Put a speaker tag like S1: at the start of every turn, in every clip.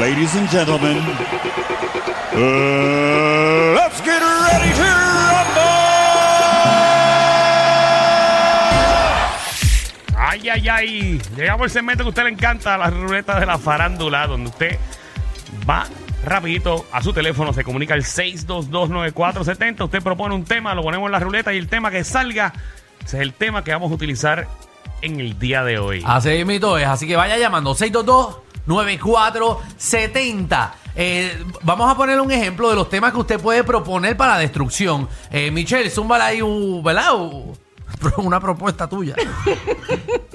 S1: Ladies and gentlemen, uh, let's get ready to rumble.
S2: Ay, ay, ay. Llegamos al segmento que a usted le encanta, la ruleta de la farándula, donde usted va rapidito a su teléfono, se comunica al 6229470, usted propone un tema, lo ponemos en la ruleta y el tema que salga ese es el tema que vamos a utilizar en el día de hoy.
S3: Así mito es, así que vaya llamando 622 9470. Eh, vamos a poner un ejemplo de los temas que usted puede proponer para la destrucción. Eh, Michelle, zúmbala ahí, uh, ¿verdad? Uh, una propuesta tuya.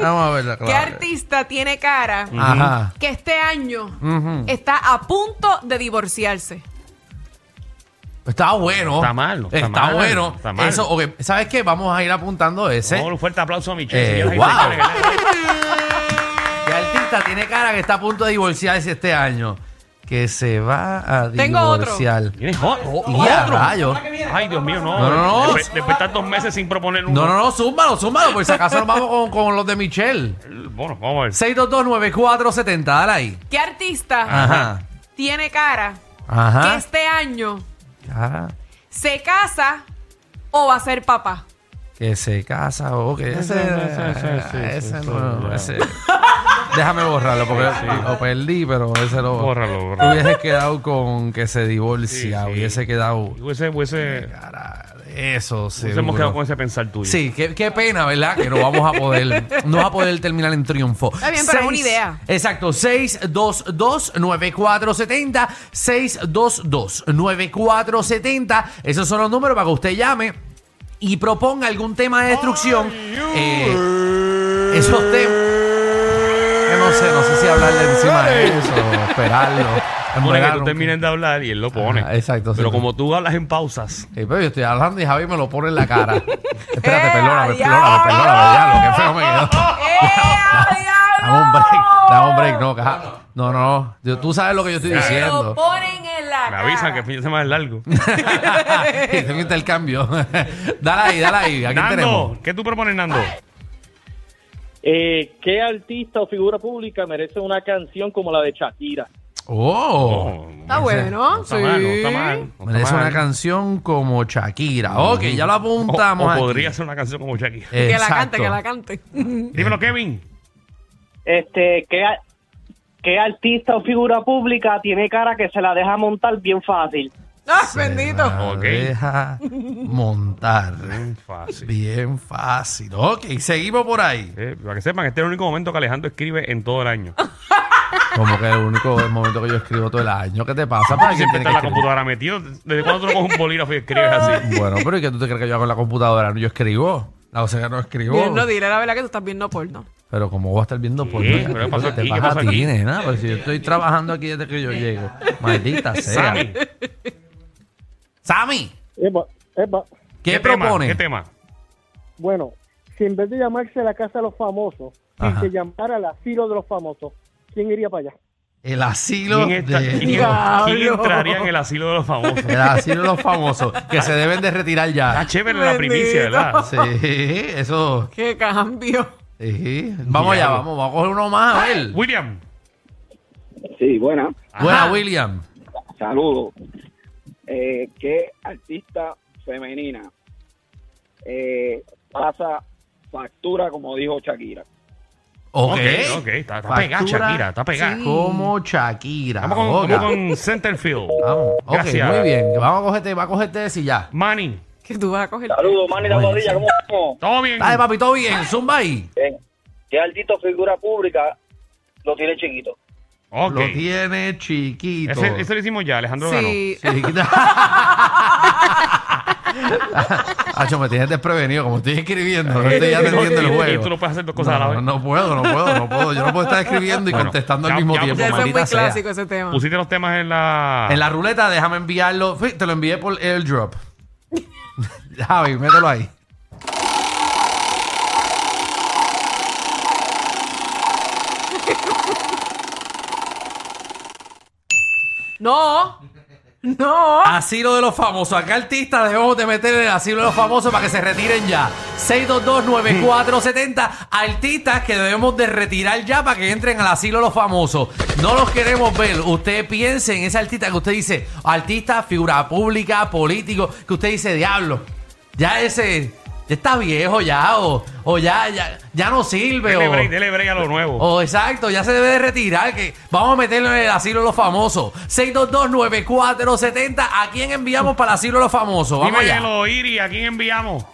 S4: Vamos a verla, claro. ¿Qué artista tiene cara Ajá. que este año uh -huh. está a punto de divorciarse?
S3: Está bueno.
S2: Está malo.
S3: Está, está mal, bueno. Está mal. Eso, okay. ¿Sabes qué? Vamos a ir apuntando ese.
S2: Oh, un fuerte aplauso a Michelle.
S3: Eh, wow. ¿Qué artista tiene cara que está a punto de divorciarse este año? Que se va a divorciar.
S2: Tengo otro.
S3: Oh, otro? Rayo.
S2: Ay, Dios mío, no. No, no, no. Después, de estar dos meses sin proponer uno.
S3: No, no, no, súmalo, súmalo. Por si acaso nos vamos con, con, los de Michelle.
S2: Bueno, vamos a ver.
S3: 6229470, dale ahí.
S4: ¿Qué artista Ajá. tiene cara Ajá. que este año
S3: Ah,
S4: Ajá. ¿Se casa o va a ser papá?
S3: Que se casa o que ese, ah, ese, no, ese. Déjame borrarlo porque sí. lo perdí, pero ese lo
S2: bórralo, bórralo.
S3: Hubiese quedado con que se divorcia, sí, sí. hubiese quedado.
S2: Hubiese, hubiese.
S3: Cara, eso sí.
S2: Nos hemos quedado con ese pensar tuyo.
S3: Sí, qué, qué, pena, ¿verdad? Que no vamos a poder, no va a poder terminar en triunfo.
S4: Está bien, pero es una idea.
S3: Exacto, 622-9470, 622-9470. Esos son los números para que usted llame y proponga algún tema de destrucción. Oh, eh, esos temas no sé, no sé si hablarle encima de eso, esperarlo.
S2: Pone que tú termines de hablar y él lo pone.
S3: Ajá, exacto.
S2: Pero
S3: sí,
S2: como tú hablas en pausas.
S3: Eh, pero yo estoy hablando y Javi me lo pone en la cara. Espérate, eh, perdóname, perdóname, perdóname, perdóname, ya, lo que feo me quedó.
S4: Eh,
S3: dame un break, dame un break, no, caja. No, no, yo, tú sabes lo que yo estoy diciendo.
S4: Lo ponen en la cara.
S2: Me avisan que el fin de semana es largo.
S4: pues.
S3: Tengo un intercambio. dale ahí, dale ahí. Aquí
S2: Nando,
S3: tenemos.
S2: ¿qué tú propones, Nando?
S5: Eh, ¿Qué artista o figura pública merece una canción como la de Shakira?
S3: Oh,
S4: oh está bueno,
S2: no está sí. mal, no está mal. Oh, No
S3: merece una canción como Shakira. Ok, ya lo apuntamos.
S2: O, o podría aquí. ser una canción como Shakira.
S3: Eh,
S4: Exacto. Que la cante, que la cante.
S2: Dímelo, Kevin.
S5: Este, ¿qué, ¿qué artista o figura pública tiene cara que se la deja montar bien fácil?
S4: ¡Ah, se bendito!
S3: La okay. Deja montar. Bien fácil. Bien fácil. Ok, seguimos por ahí.
S2: Eh, para que sepan, este es el único momento que Alejandro escribe en todo el año.
S3: Ah. Como que es el único momento que yo escribo todo el año. ¿Qué te pasa? ¿Para
S2: siempre está la computadora metido. ¿Desde cuándo tú coges un bolígrafo y escribes así?
S3: Bueno, pero ¿y qué tú te crees que yo hago en la computadora? Yo escribo. La Osea no escribo.
S4: Bien, no, dile la verdad que tú estás viendo porno.
S3: Pero como voy a estar viendo por
S2: ¿Qué? ¿Pero ¿Qué pasó
S3: te
S2: aquí?
S3: ¿Qué
S2: pasó
S3: a ti, nena? Pero si yo estoy trabajando aquí desde que yo llego. Maldita sea.
S2: Sammy.
S3: Sammy.
S6: Epa, epa.
S3: ¿Qué, ¿Qué propone?
S2: ¿Qué tema?
S6: Bueno, si en vez de llamarse la casa de los famosos, si se llamara el asilo de los famosos, ¿quién iría para allá?
S3: El asilo
S2: ¿Quién, está,
S3: de...
S2: ¿quién, ¿quién entraría en el asilo de los famosos?
S3: El asilo de los famosos, que se deben de retirar ya.
S2: Está chévere Bendito. la primicia, ¿verdad?
S3: Sí, eso.
S4: ¡Qué cambio!
S3: Sí. Vamos allá, vamos, vamos a coger uno más, a ver.
S2: William.
S7: Sí, buena.
S3: Ajá. Buena, William.
S7: Saludos. Eh, ¿Qué artista femenina eh, pasa factura, como dijo Shakira?
S3: Ok,
S2: ok, okay. Está, está, pegada Shakira, está pegada. Sí.
S3: Como Shakira.
S2: Vamos con, vamos con Centerfield.
S3: Vamos, ok, Gracias. muy bien. Vamos a cogerte, va a cogerte ese ya.
S2: Manny.
S4: Que tú vas a coger.
S7: Saludos, Manny la rodilla, ¿cómo estamos?
S2: Todo bien.
S3: Dale, papi, todo bien. Zumba ahí.
S7: Bien. ¿Qué altito figura pública lo tiene chiquito?
S3: Okay. Lo tiene chiquito.
S2: Ese, ese, lo hicimos ya, Alejandro
S4: sí.
S3: ganó. Sí. Hacho, me tienes desprevenido, como estoy escribiendo, este no estoy atendiendo el juego.
S2: Y Eh, tú no puedes hacer dos cosas
S3: no,
S2: a la vez.
S3: No, no puedo, no puedo, no puedo. Yo no puedo estar escribiendo y bueno, contestando ya, al mismo ya, tiempo.
S4: Eso es muy
S3: sea.
S4: clásico ese tema.
S2: Pusiste los temas en la.
S3: En la ruleta, déjame enviarlo. Fui, te lo envié por airdrop. Javi, mételo ahí.
S4: No. No.
S3: Asilo de los famosos. ¿A qué artista debemos de meter en el asilo de los famosos para que se retiren ya? 6229470. Artistas que debemos de retirar ya para que entren al asilo de los famosos. No los queremos ver. Usted piense en ese artista que usted dice, artista, figura pública, político, que usted dice, diablo, ya ese ya está viejo ya o, o ya, ya ya no sirve.
S2: Dele
S3: o-
S2: break, dele break a lo nuevo.
S3: Oh, exacto, ya se debe de retirar. Que vamos a meterlo en el asilo de los famosos. 6229470. ¿A quién enviamos para el asilo de los famosos? Vamos
S2: Dime,
S3: allá.
S2: Yelo, Iri, ¿a quién enviamos?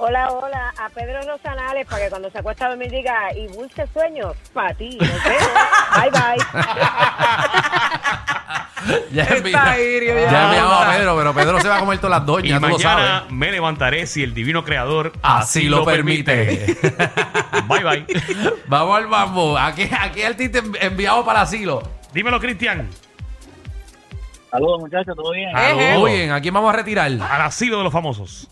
S8: Hola, hola, a Pedro Rosanales para que cuando se acuesta a dormir diga y dulce sueño para ti. nos vemos. Bye bye.
S3: Ya,
S4: Está
S3: envi-
S4: irio,
S3: ya
S4: ya.
S3: enviamos a Pedro, pero Pedro se va a comer todas las
S2: Y
S3: doñas, tú lo
S2: mañana
S3: sabes.
S2: me levantaré si el divino creador
S3: Así lo permite.
S2: bye, bye.
S3: vamos al mambo. ¿A qué, a qué artista envi- enviamos para el asilo?
S2: Dímelo, Cristian.
S7: Saludos, muchachos, ¿todo bien?
S3: Ah.
S4: Ejé.
S3: Eh, Muy bien, ¿a quién vamos a retirar?
S2: Al asilo de los famosos.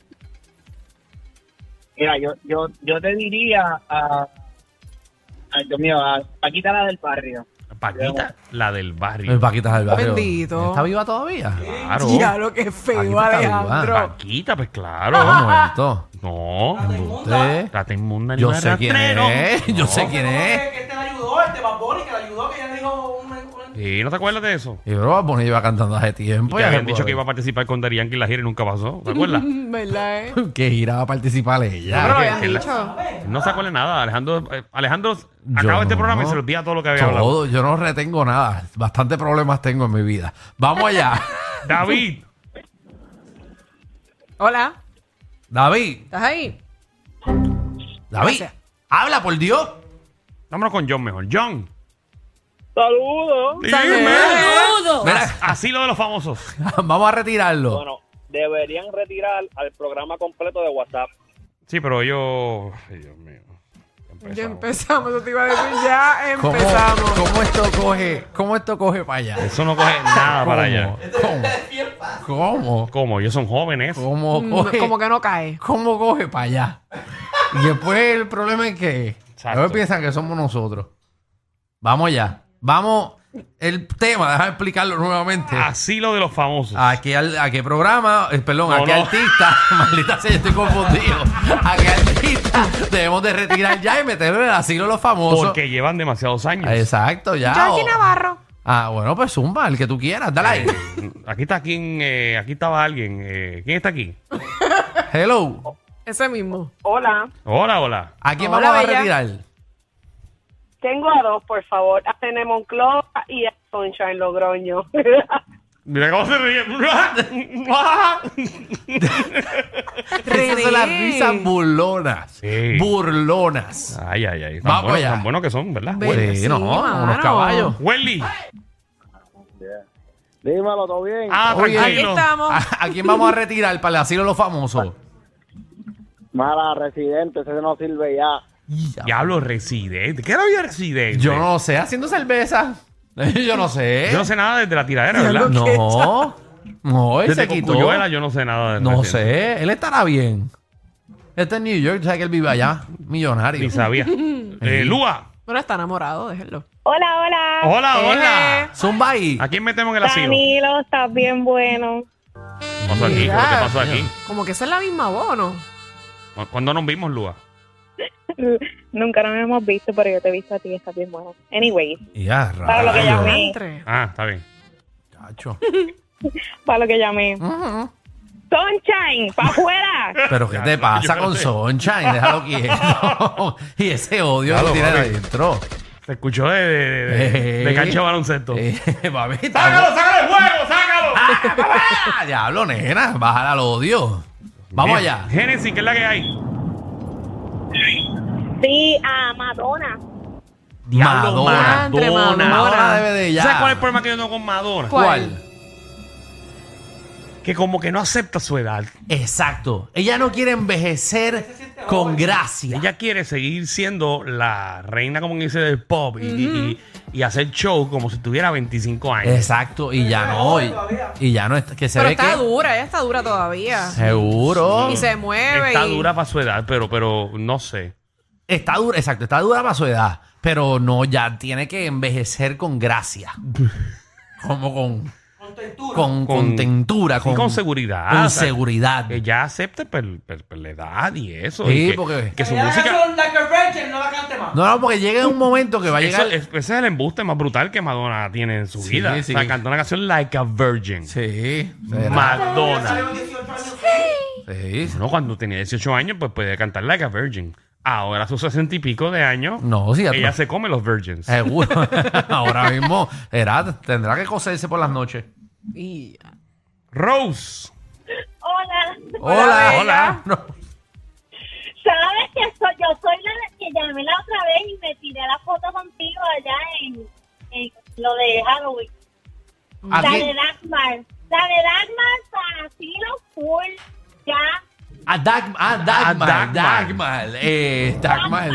S7: Mira, yo, yo, yo te diría a. Ay, Dios mío, a, a quitarla del barrio.
S2: Paquita, la del
S3: Eh,
S2: barrio.
S3: Paquita del barrio.
S4: Bendito.
S3: ¿Está viva todavía?
S2: Claro.
S4: Ya lo que feo,
S3: Paquita está
S4: Alejandro.
S2: Paquita, pues
S3: Oh, Un
S2: claro.
S3: momento.
S2: No.
S3: Usted-
S2: Trata inmunda ni
S3: Yo
S2: más
S3: sé quién
S2: rastrero.
S3: es. Yo
S2: No.
S3: sé quién es.
S2: Sí, ¿no te acuerdas de eso?
S3: Y bro, bueno, lleva cantando hace tiempo.
S2: Te
S3: ya
S2: habían
S3: se
S2: dicho
S3: puede
S2: que iba a participar con Dari Yankee en la gira y nunca pasó. ¿Te acuerdas?
S4: ¿Verdad, eh?
S3: ver. Que giraba a participar ella.
S4: Pero lo
S2: que-
S4: habían
S2: que la-
S4: dicho.
S2: No se acuerda de nada. Alejandro, eh, Alejandro
S3: Yo
S2: acaba este
S3: no.
S2: programa y se olvida todo lo que había hablado.
S3: Todo, yo no retengo nada. Bastante problemas tengo en mi vida. Vamos allá.
S2: David,
S4: Hola,
S3: David,
S4: ¿estás ahí?
S3: David,
S4: Gracias.
S3: habla por Dios.
S2: vámonos con John mejor. John.
S7: Saludos.
S3: Mira,
S2: Así lo de los famosos.
S3: vamos a retirarlo.
S7: Bueno, deberían retirar al programa completo de WhatsApp.
S2: Sí, pero yo. Ay, Dios mío.
S4: Ya empezamos, eso te iba a decir. Ya
S3: ¿Cómo,
S4: empezamos.
S3: cómo esto coge? ¿Cómo esto coge para allá?
S2: Eso no coge nada para allá.
S3: ¿Cómo? ¿Cómo?
S2: ¿Cómo? Ellos son jóvenes.
S3: ¿Cómo
S4: No,
S3: coge?
S4: Mm, Como que no cae.
S3: ¿Cómo coge para allá? Y después el problema es que
S2: Exacto.
S3: luego piensan que somos nosotros. Vamos allá. Vamos. El tema, déjame explicarlo nuevamente.
S2: Asilo de los famosos.
S3: ¿A qué, al- a qué programa? eh, perdón, ¿a
S2: No,
S3: qué
S2: no.
S3: artista? Maldita sea, yo estoy confundido. ¿A qué artista debemos de retirar ya y meterlo en el asilo de los famosos?
S2: Porque llevan demasiados años.
S3: Exacto, ya.
S4: Jordi
S3: o-
S4: Navarro.
S3: Ah, bueno, pues zumba, el que tú quieras. Dale ahí.
S2: Eh. Aquí está quien. eh, aquí estaba alguien. eh, ¿Quién está aquí?
S3: Hello.
S4: Ese mismo.
S8: Hola,
S2: Hola, hola.
S3: ¿A quién
S4: Hola,
S3: vamos a
S4: bella.
S3: retirar?
S8: tengo a dos, por favor. A Tenemon Clova y a Sunshine Logroño.
S2: Mira cómo se ríe.
S3: Esas son las risas burlonas.
S2: Sí. Ah,
S3: Burlonas.
S2: ay, ay, ay. Tan
S3: Vamos
S2: buenos,
S3: allá.
S2: tan buenos que son, ¿verdad?
S4: Ve- Bueno, sí,
S3: no,
S4: mano.
S3: unos caballos.
S2: Welly.
S6: Dímelo, ¿todo bien?
S2: Ah,
S3: Oye,
S4: Aquí
S2: tranquilo.
S4: estamos.
S3: ¿A, a quién vamos a retirar para el asilo de los famosos?
S6: Mala residente, ese no sirve ya.
S2: Diablo, residente. ¿Qué era había residente?
S3: Yo no sé, haciendo cerveza. Yo no sé.
S2: Yo no sé nada desde la tiradera, ¿verdad?
S3: No, no, él
S2: Desde
S3: se quitó.
S2: Cocuyuela yo no sé nada de
S3: No
S2: Residente.
S3: sé, él estará bien. Este es New York, sabe que él vive allá, millonario.
S2: Ni sabía. Eh, Lua.
S4: Bueno, está enamorado, déjenlo.
S8: hola, hola.
S2: Hola, hola.
S3: Ah,
S4: Eje.
S3: Zumba ahí.
S2: ¿A quién metemos en el asilo?
S8: Danilo, estás bien bueno.
S2: ¿Qué pasó aquí? ¿Qué
S4: Ya.
S2: pasó aquí?
S4: Como que esa es la misma voz, ¿no?
S2: ¿Cu- ¿Cuándo nos vimos, Lua?
S8: Nunca nos hemos visto, pero yo te he visto a ti, estás bien bueno. Anyways,
S3: Ya,
S8: para lo que
S3: rayos,
S8: llamé.
S4: Entre.
S2: Ah, está bien.
S3: chacho.
S8: para lo que llamé. Sunshine, para afuera.
S3: Pero ¿qué te
S2: Yo
S3: pasa
S2: no
S3: con
S2: sé.
S3: Sunshine? Déjalo quieto. y ese odio
S2: Claro,
S3: que tiene
S2: papi.
S3: adentro.
S2: Se escuchó de, de, de, de- de
S3: Eh.
S2: cancha de baloncesto.
S3: Eh, papi,
S2: ¡Sácalo,
S3: estamos-
S2: sácalo de juego! ¡Sácalo!
S3: ¡Ah, Diablo, nena, bájala al odio. Vamos
S2: Gen-
S3: allá.
S2: Eh, Génesis, ¿qué es la que hay?
S8: Sí, a Madonna.
S2: Diablo,
S3: Madonna.
S4: Madre,
S2: Madonna.
S3: Madonna debe de ya.
S2: ¿Sabes cuál es el problema que yo tengo con Madonna?
S3: ¿Cuál?
S2: Que como que no acepta su edad.
S3: Exacto. Ella no quiere envejecer con gracia.
S2: Ella quiere seguir siendo la reina, como dice, del pop y, y- y hacer show como si tuviera 25 años.
S3: Exacto, y ya no, y, y ya no, está- que se
S4: Pero
S3: ve
S4: está
S3: que...
S4: dura, ella está dura todavía.
S3: Seguro.
S4: Y se mueve.
S2: Está
S4: y-
S2: dura para su edad, pero, pero no sé.
S3: Está dura, exacto, está dura para su edad, pero no, ya tiene que envejecer con gracia. Como con... con, contentura,
S2: sí,
S3: con,
S2: con seguridad.
S3: con
S2: o sea,
S3: seguridad.
S2: Que ya acepte per- per- per la edad y eso.
S3: Sí,
S2: y que,
S3: porque-
S2: que su música.
S3: No, no, porque llega un momento que va a
S2: eso-
S3: llegar.
S2: es- ese es el embuste más brutal que Madonna tiene en su
S3: Sí,
S2: vida.
S3: sí.
S2: O sea, cantó una canción Like a Virgin.
S3: Sí,
S2: Madonna.
S3: sí.
S2: No, cuando tenía 18 años, pues podía cantar Like a Virgin. Ahora, a sus 60 y pico de años,
S3: No, Eh. sí, ya
S2: ella
S3: tú-
S2: se come los virgins.
S3: Seguro. Ahora mismo, Gerard, tendrá que coserse por las noches.
S4: Y-
S2: Rose.
S9: Hola,
S3: Hola.
S4: bella.
S3: No.
S9: sabes que soy, yo soy la de- que llamé la otra vez y me tiré la foto contigo allá en, en lo de Halloween. La
S3: Aquí,
S9: de Dagmar. La de Dagmar para asilo full. Ya.
S3: a Dag- a Dagmar.
S2: A Dagmar.
S3: Dagmar. Eh, Dagmar.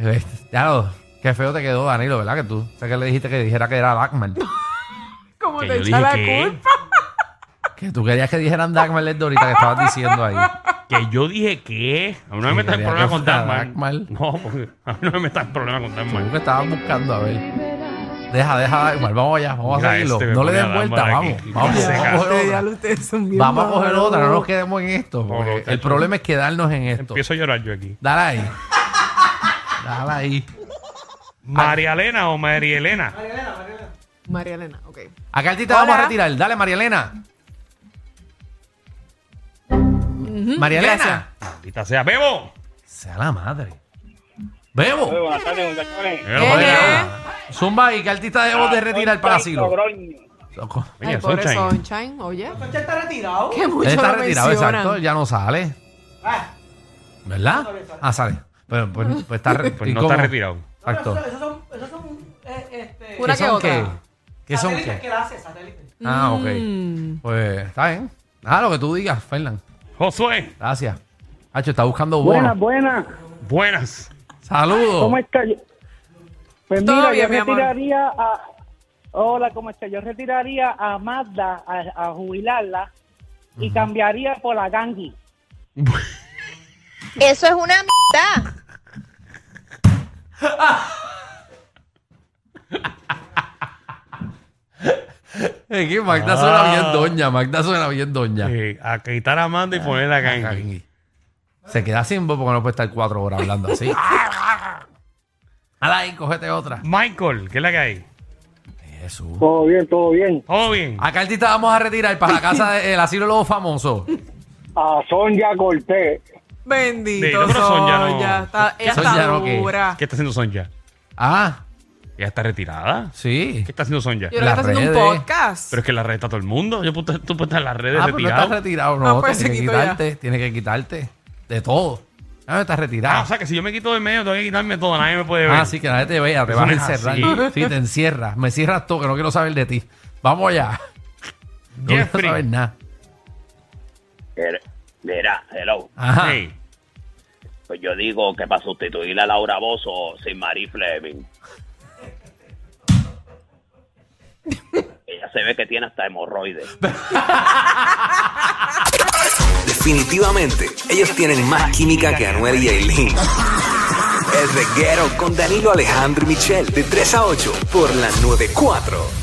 S3: Eh, Ya lo- Qué feo te quedó, Danilo, ¿verdad? Que tú. O sea, que le dijiste que dijera que era Dagmar.
S4: Como
S2: Que
S4: te
S2: yo
S4: echa
S2: dije
S4: la
S2: que-
S4: culpa.
S3: Que tú querías que dijeran Dagmar desde ahorita que estabas diciendo ahí.
S2: Que yo dije que. A mí no me
S3: Sí,
S2: metas en
S3: quería
S2: problema
S3: que
S2: con
S3: fuera
S2: Dagmar.
S3: Dagmar.
S2: No, porque a mí no me metas en problema con
S3: Según
S2: Dagmar.
S3: que estaban buscando, a ver. Deja, deja Dagmar. Vamos allá, vamos a
S2: Mira,
S3: seguirlo.
S2: este me
S3: no le
S2: pone
S3: den
S2: a
S3: vuelta,
S2: Dagmar
S3: vamos.
S2: aquí.
S3: Vamos,
S2: Se
S3: vamos a
S2: cagó.
S3: coger otra.
S4: Diablo, ustedes son bien
S3: Vamos a coger
S4: malos.
S3: otra, no nos quedemos en esto.
S2: No,
S3: porque
S2: no,
S3: el
S2: chacho.
S3: problema es quedarnos en esto.
S2: Empiezo a llorar yo aquí.
S3: Dale ahí. Dale ahí.
S2: María Elena o María Elena.
S4: María Elena, ok.
S3: A Cartita
S4: Hola.
S3: vamos a retirar. Dale, María Elena. María Elena.
S2: Maldita sea. ¡Bebo!
S3: Sea la madre. Bebo.
S7: Muy buenas tardes, muchachones.
S2: Bebo,
S4: Eh,
S2: Bebo.
S4: eh.
S3: Zumba y Cartita debo de retirar
S7: Ah,
S3: para asilo. Soco.
S2: Oye,
S4: Ay, pobre
S2: Sunshine. Pues
S4: Sunshine, oye. Sunshine está retirado. Que mucho
S3: Él está
S4: lo
S3: retirado,
S4: mencionan.
S3: exacto. él Ya no sale.
S4: Ah,
S3: ¿Verdad? Ah, sale. Pero, pues, pues está, re-
S2: Pues
S3: ¿y
S2: no
S3: cómo?
S2: está retirado.
S3: Exacto.
S4: eh, Una
S3: ¿Qué
S4: que
S3: son
S4: otra.
S3: qué? ¿Qué son qué? Ah, ok.
S4: Mm.
S3: Pues está bien. Ah, lo que tú digas, Fernan.
S2: Josué,
S3: Gracias. Hacho, está buscando bono.
S6: Buenas, buenas.
S2: buenas.
S3: Saludos.
S6: ¿Cómo está? Yo- Pues
S4: Todo
S6: mira,
S4: bien, mi
S6: yo
S4: amor.
S6: retiraría a... Hola, ¿cómo está? Yo retiraría a Mazda a, a jubilarla y cambiaría por la Gangi.
S9: Eso es una mitad.
S3: Es que Magda suena
S2: Ah.
S3: bien doña. Magda suena bien doña.
S2: Eh, a quitar a Amanda y poner a Gangi.
S3: Cagui. Se queda sin voz porque no puede estar cuatro horas hablando así. Ala ahí, cógete otra.
S2: Michael, ¿qué es la que hay?
S3: Jesús.
S6: Todo bien, todo bien.
S2: ¿Todo bien?
S3: A Cartita vamos a retirar para la casa del asilo de los famosos.
S6: A Sonia Cortés.
S2: Dilo,
S4: Bendito
S2: pero Sonia no-
S4: Sonia. Está, ella
S3: Sonia
S4: está
S3: no, ¿qué?
S4: dura.
S2: ¿Qué está haciendo Sonja?
S3: Ah,
S2: ¿Ella está retirada?
S3: sí.
S2: ¿Qué está haciendo Sonja?
S4: Yo creo que
S3: Las
S4: está haciendo un
S3: redes.
S4: podcast.
S2: Pero es que la red está todo el mundo. Yo puse- tú puedes estar en las redes
S3: Ah, pero no estás
S2: retirado.
S3: retirado, no.
S4: Ah, pues,
S3: tienes que
S4: se quitó ya.
S3: quitarte, tienes que quitarte de todo. Ya no estás
S2: Ah,
S3: retirado.
S2: o sea que si yo me quito del medio, tengo que quitarme todo, nadie me puede ver.
S3: Ah, sí, que nadie te vea, te
S2: Eso
S3: vas a
S2: no es
S3: encerrar. Sí, te encierras. Me cierras todo, que no quiero saber de ti. Vamos allá. No
S2: Jeffrey.
S3: quiero saber nada.
S7: Mira, hello.
S3: Ajá.
S2: Hey,
S7: Pues yo digo que para sustituir a Laura Bozo sin Marie Fleming. Ella se ve que tiene hasta hemorroides.
S10: Definitivamente, ellos tienen más química que Anuel y Aileen. El reguero con Danilo Alejandro y Michel, de 3 a 8, por la 94.